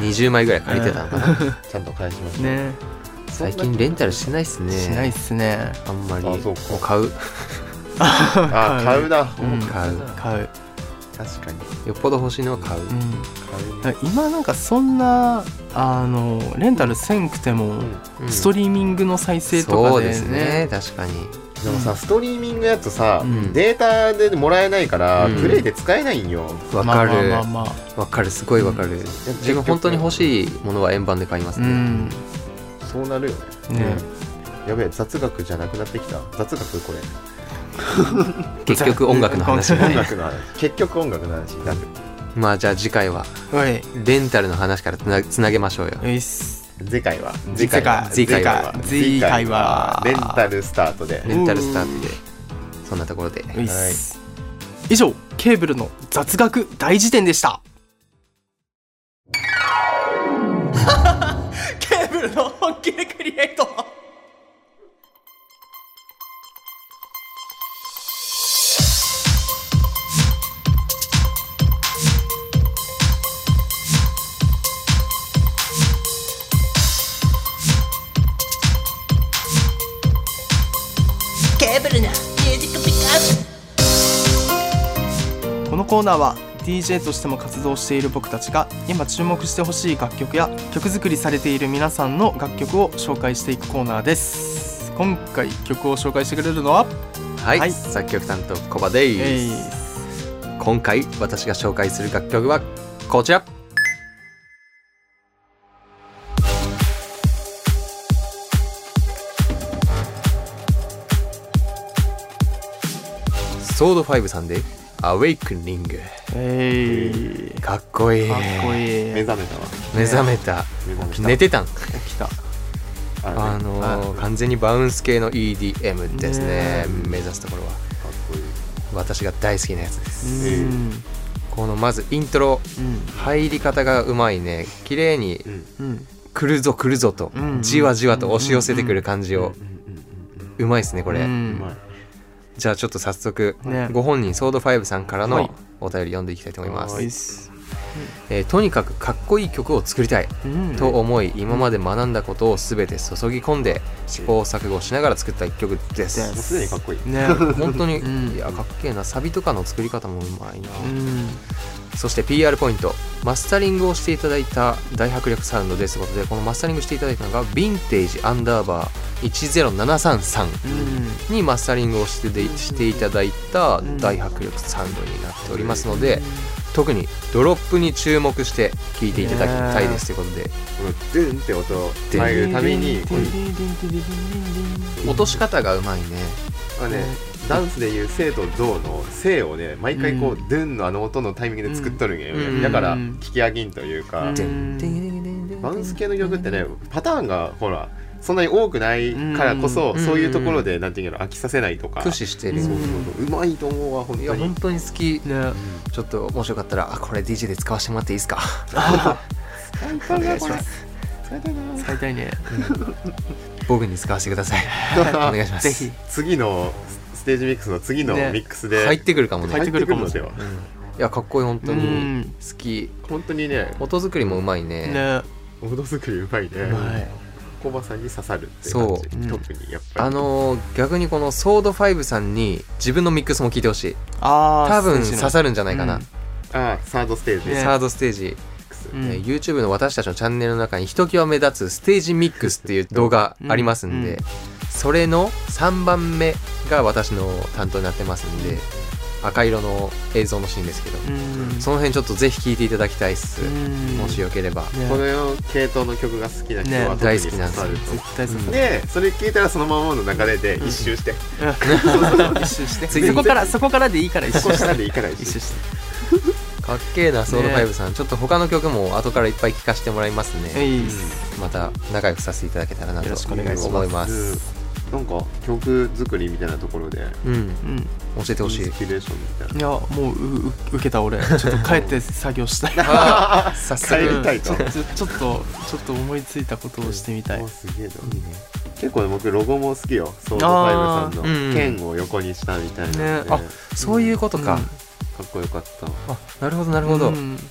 [SPEAKER 1] 20枚ぐらい借りてたのかな、
[SPEAKER 3] ちゃんと返しました
[SPEAKER 2] ね
[SPEAKER 1] 最近レンタルしないっすね
[SPEAKER 2] しないっすね
[SPEAKER 1] あんまり
[SPEAKER 3] あそうか
[SPEAKER 1] もう買う
[SPEAKER 3] あ買うな、
[SPEAKER 2] うん
[SPEAKER 1] 買う
[SPEAKER 2] 買う、
[SPEAKER 3] 確かに
[SPEAKER 1] よっぽど欲しいのは買う、
[SPEAKER 2] うん、
[SPEAKER 3] 買う
[SPEAKER 2] だから今なんかそんなあのレンタルせんくても、
[SPEAKER 1] うん
[SPEAKER 2] ストリーミングの再生とか
[SPEAKER 1] そう
[SPEAKER 2] でね
[SPEAKER 1] ですね確かに
[SPEAKER 3] でもさストリーミングやとさ、
[SPEAKER 2] うん
[SPEAKER 3] データでもらえないから、
[SPEAKER 1] うん
[SPEAKER 3] プレイで使えないんよ
[SPEAKER 1] わかるわ、
[SPEAKER 2] まあまあまあ、まあ
[SPEAKER 1] かるすごいわかる、自分本当に欲
[SPEAKER 3] い
[SPEAKER 1] しいものは円盤で買います
[SPEAKER 2] う
[SPEAKER 1] ね、
[SPEAKER 2] ん
[SPEAKER 3] そうなるよね
[SPEAKER 2] ね
[SPEAKER 3] やべえ雑学じゃなくなってきた雑学これ
[SPEAKER 1] 結局音楽の話
[SPEAKER 2] は
[SPEAKER 3] 音
[SPEAKER 2] い
[SPEAKER 3] 楽の話結局音楽の話になる
[SPEAKER 1] まあじゃあ次回は
[SPEAKER 2] はい
[SPEAKER 1] レンタルの話からつなつなげましょうよ
[SPEAKER 2] ういっす
[SPEAKER 3] 次回は
[SPEAKER 1] 次回は
[SPEAKER 3] 次回は
[SPEAKER 2] 次回は
[SPEAKER 3] レンタルスタートで
[SPEAKER 1] レンタルスタートでそんなところで
[SPEAKER 2] ういっす以上ケーブルの雑学大辞典でした ケーブルの本気でクリエイト
[SPEAKER 4] ケーブルなミュージックピックアップ
[SPEAKER 2] このコーナーは DJ としても活動している僕たちが今注目してほしい楽曲や曲作りされている皆さんの楽曲を紹介していくコーナーです今回曲を紹介してくれるのは
[SPEAKER 1] はい、
[SPEAKER 2] はい
[SPEAKER 1] 作曲担当コバで
[SPEAKER 2] えい
[SPEAKER 1] す、今回私が紹介する楽曲はこちらソードファイブさんで「アウェイクニング
[SPEAKER 2] えい」
[SPEAKER 1] かっこいい
[SPEAKER 2] かっこいい
[SPEAKER 3] 目覚めたわ
[SPEAKER 1] 目覚めた
[SPEAKER 3] 目覚めた
[SPEAKER 1] 寝てたん
[SPEAKER 2] 来た
[SPEAKER 3] あのね
[SPEAKER 1] あのー完全にバウンス系の EDM ですね目指すところは
[SPEAKER 3] かっこいい
[SPEAKER 1] 私が大好きなやつで
[SPEAKER 2] う
[SPEAKER 1] す
[SPEAKER 2] ん
[SPEAKER 1] このまずイントロ
[SPEAKER 2] うん
[SPEAKER 1] 入り方がうまいね綺麗に
[SPEAKER 3] うん
[SPEAKER 2] うん
[SPEAKER 1] 来るぞ来るぞと
[SPEAKER 2] うん
[SPEAKER 1] じわじわと押し寄せてくる感じ
[SPEAKER 3] う
[SPEAKER 1] を
[SPEAKER 3] んうん
[SPEAKER 1] うまいですねこ
[SPEAKER 2] う
[SPEAKER 1] れ
[SPEAKER 3] うんうんまい
[SPEAKER 1] じゃあちょっと早速
[SPEAKER 2] ね
[SPEAKER 1] ご本人ソード5さんから
[SPEAKER 2] はい
[SPEAKER 1] のお便り読んでいきたいと思いま
[SPEAKER 2] ういっ
[SPEAKER 1] す
[SPEAKER 2] す
[SPEAKER 1] えーとにかくかっこいい曲を作りたい
[SPEAKER 2] うん
[SPEAKER 1] と思い今まで学んだことを全て注ぎ込んで試行錯誤しながら作った一曲です
[SPEAKER 2] です
[SPEAKER 3] もうすでにかっこいい
[SPEAKER 2] ね
[SPEAKER 1] 本当に、
[SPEAKER 2] うん
[SPEAKER 1] いやかっけえなサビとかの作り方もうまいな、
[SPEAKER 2] うん
[SPEAKER 1] そして PR ポイントマスタリングをしていただいた大迫力サウンドですということでこのマスタリングしていただいたのがヴィンテージアンダーバー10733
[SPEAKER 2] うん
[SPEAKER 1] にマスタリングをしてでしていただいた大迫力サウンドになっておりますので特にドロップに注目して聴いていただきたいですということで
[SPEAKER 3] このドゥンって音を入るたびにこういう
[SPEAKER 1] 落とし方がうまいね
[SPEAKER 3] まあねダンスでいう「生」と「動」の「生」をね毎回こう、ドゥンのあの音のタイミングで作っとるんやよね、
[SPEAKER 1] うん
[SPEAKER 3] だから
[SPEAKER 2] うん
[SPEAKER 3] 聞き上げんというか、
[SPEAKER 2] うん
[SPEAKER 3] ダンス系の曲ってねパターンがほらそんなに多くないからこそ、
[SPEAKER 1] うん
[SPEAKER 3] そういうところでなんていうの飽きさせないとか
[SPEAKER 1] 駆使してる
[SPEAKER 3] そ
[SPEAKER 1] よ
[SPEAKER 3] うそうそううまいと思うわ本
[SPEAKER 1] い
[SPEAKER 3] 当
[SPEAKER 1] や
[SPEAKER 3] に
[SPEAKER 1] 本当に好き
[SPEAKER 2] ね
[SPEAKER 1] ちょっともしよかったらあこれ DJ で使わせてもらっていいですか
[SPEAKER 3] 最高だこれ最高だ
[SPEAKER 2] 使いたいね
[SPEAKER 1] 僕に使わせてくださいお願いします
[SPEAKER 2] ぜひ
[SPEAKER 3] 次のステージミックスの次のミ
[SPEAKER 2] ね
[SPEAKER 3] ックスで
[SPEAKER 1] 入ってくるかも
[SPEAKER 3] 入
[SPEAKER 1] ね
[SPEAKER 2] 入
[SPEAKER 3] ってくるかもしれない
[SPEAKER 1] いやかっこいい本当
[SPEAKER 2] う
[SPEAKER 1] に
[SPEAKER 2] ん
[SPEAKER 1] 好き
[SPEAKER 3] 本当にね
[SPEAKER 1] 音作りもうまいね
[SPEAKER 2] ね
[SPEAKER 3] 音作りうまいね
[SPEAKER 2] うまい
[SPEAKER 3] コバさんに刺さるって感
[SPEAKER 1] そう
[SPEAKER 3] じ
[SPEAKER 2] ん
[SPEAKER 3] 特にやっぱり
[SPEAKER 1] あのー逆にこのソード5さんに自分のミックスも聞いてほしい
[SPEAKER 2] あー
[SPEAKER 1] 多分刺さるんじゃないかな、
[SPEAKER 2] うん
[SPEAKER 3] あサードステージ
[SPEAKER 2] ね
[SPEAKER 1] サードステージ、
[SPEAKER 2] う
[SPEAKER 1] え
[SPEAKER 2] ん
[SPEAKER 1] ー YouTube の私たちのチャンネルの中にひときわ目立つステージミックスっていう動画ありますんで、
[SPEAKER 2] うんうん
[SPEAKER 1] それの3番目が私の担当になってますんで赤色の映像のシーンですけど、
[SPEAKER 2] うん
[SPEAKER 1] その辺ちょっとぜひ聴いていただきたいっす、
[SPEAKER 2] うん
[SPEAKER 1] もしよければ、
[SPEAKER 2] ね
[SPEAKER 3] この系統の曲が好きな人は
[SPEAKER 2] ね
[SPEAKER 3] 特に刺さると思
[SPEAKER 2] 絶対そうう
[SPEAKER 3] でそれ聞いたらそのままの流れで一周して
[SPEAKER 2] うん一周して
[SPEAKER 1] 次
[SPEAKER 2] そこからそこからでいいから一
[SPEAKER 3] こ
[SPEAKER 2] 周
[SPEAKER 3] うし
[SPEAKER 2] したて
[SPEAKER 3] んでいいから一
[SPEAKER 2] 一
[SPEAKER 3] 周
[SPEAKER 2] 周して
[SPEAKER 1] かっけえなソード5さん、ちょっと他の曲も後からいっぱい聴かせてもらいますね、
[SPEAKER 2] えい
[SPEAKER 1] また仲良くさせていただけたらなと
[SPEAKER 2] よろしくお
[SPEAKER 1] 思
[SPEAKER 2] 願いしま
[SPEAKER 1] い
[SPEAKER 2] す
[SPEAKER 1] ます
[SPEAKER 3] うんなんか曲作りみたいなところで
[SPEAKER 1] うん
[SPEAKER 2] うん
[SPEAKER 1] 教えて
[SPEAKER 3] イ
[SPEAKER 1] ほ
[SPEAKER 3] ン
[SPEAKER 1] しい
[SPEAKER 3] スピレーションみたいない
[SPEAKER 2] やもううう受けた俺ちょっと帰って作業したい
[SPEAKER 1] あー早
[SPEAKER 3] 帰り
[SPEAKER 1] 速
[SPEAKER 3] たいと
[SPEAKER 2] うんちょちょちょっとちょっと思いついたことをしてみたい
[SPEAKER 3] おすげえな結構ね僕ロゴも好きよソード
[SPEAKER 2] あ
[SPEAKER 3] 5
[SPEAKER 2] ー
[SPEAKER 3] さん
[SPEAKER 1] う
[SPEAKER 3] の
[SPEAKER 1] ん
[SPEAKER 3] 剣を横にしたみたいなので
[SPEAKER 2] ね
[SPEAKER 3] か
[SPEAKER 1] あそういうことか、
[SPEAKER 2] うん
[SPEAKER 3] っこよかった
[SPEAKER 1] あなるほどなるほど、
[SPEAKER 2] うんね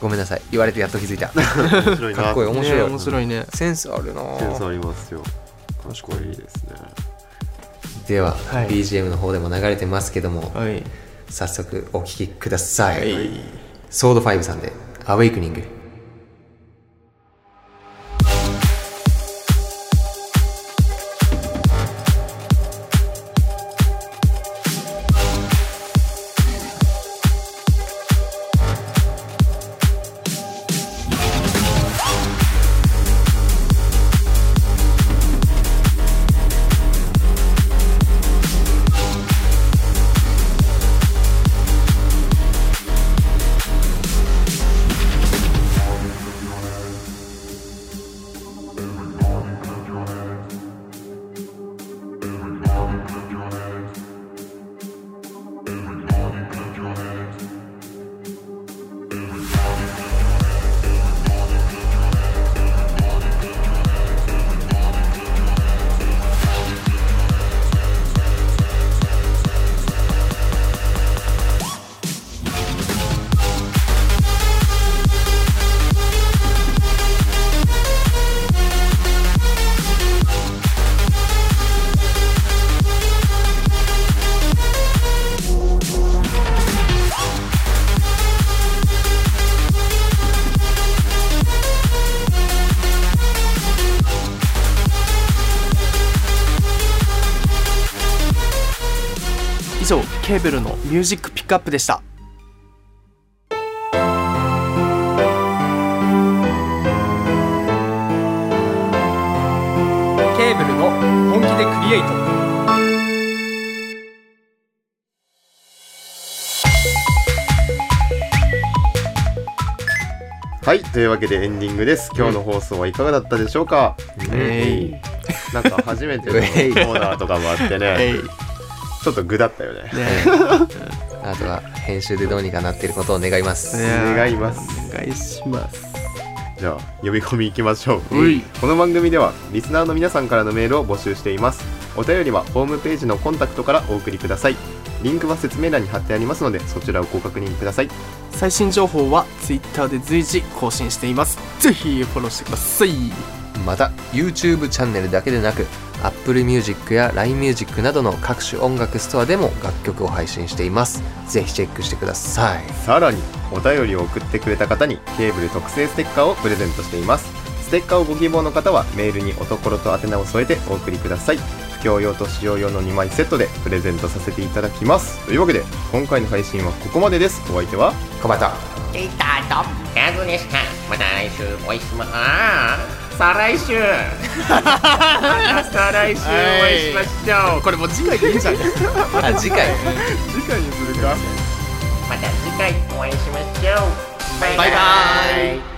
[SPEAKER 1] ごめんなさい言われてやっと気づいた
[SPEAKER 3] 面白いな
[SPEAKER 1] かっこいい面白い
[SPEAKER 2] 面白いね
[SPEAKER 1] センスあるなぁ
[SPEAKER 3] センスありますよかっこいいですね
[SPEAKER 1] では、
[SPEAKER 2] はい
[SPEAKER 1] BGM の方でも流れてますけども、
[SPEAKER 2] はい
[SPEAKER 1] 早速お聴きください、ソード5さんで「アウェイクニング」
[SPEAKER 2] 以上ケーブルのミュージックピックアップでしたケーブルの本気でクリエイト
[SPEAKER 3] はいというわけでエンディングです今日の放送はいかがだったでしょうか、
[SPEAKER 2] え
[SPEAKER 3] なんか初め てのコーナーとかもあって
[SPEAKER 2] いえい
[SPEAKER 3] ねちょっと具だったよね
[SPEAKER 2] ね
[SPEAKER 1] あとは編集でどうにかなっていることを願い ます、
[SPEAKER 2] ね
[SPEAKER 3] お願います
[SPEAKER 2] お願いします
[SPEAKER 3] じゃあ読み込みいきましょう、
[SPEAKER 2] うい
[SPEAKER 3] この番組ではリスナーの皆さんからのメールを募集していますお便りはホームページのコンタクトからお送りくださいリンクは説明欄に貼ってありますのでそちらをご確認ください
[SPEAKER 2] 最新情報は Twitter で随時更新していますぜひフォローしてください
[SPEAKER 1] また YouTube チャンネルだけでなく Apple Music や LINEMUSIC などの各種音楽ストアでも楽曲を配信していますぜひチェックしてください
[SPEAKER 3] さらにお便りを送ってくれた方にケーブル特製ステッカーをプレゼントしていますステッカーをご希望の方はメールにおところと宛名を添えてお送りください不況用と使用用の2枚セットでプレゼントさせていただきますというわけで今回の配信はここまでですお相手は
[SPEAKER 1] 小畑
[SPEAKER 5] 聞いたと、ヤグでした。また来週お会いしまーす。再来週また再来週お会いしましょう
[SPEAKER 2] これもう次回でいいんじゃない
[SPEAKER 1] あ次回
[SPEAKER 2] 次回にするか
[SPEAKER 5] また次回お会いしましょうバイバ
[SPEAKER 2] バイバ
[SPEAKER 5] イ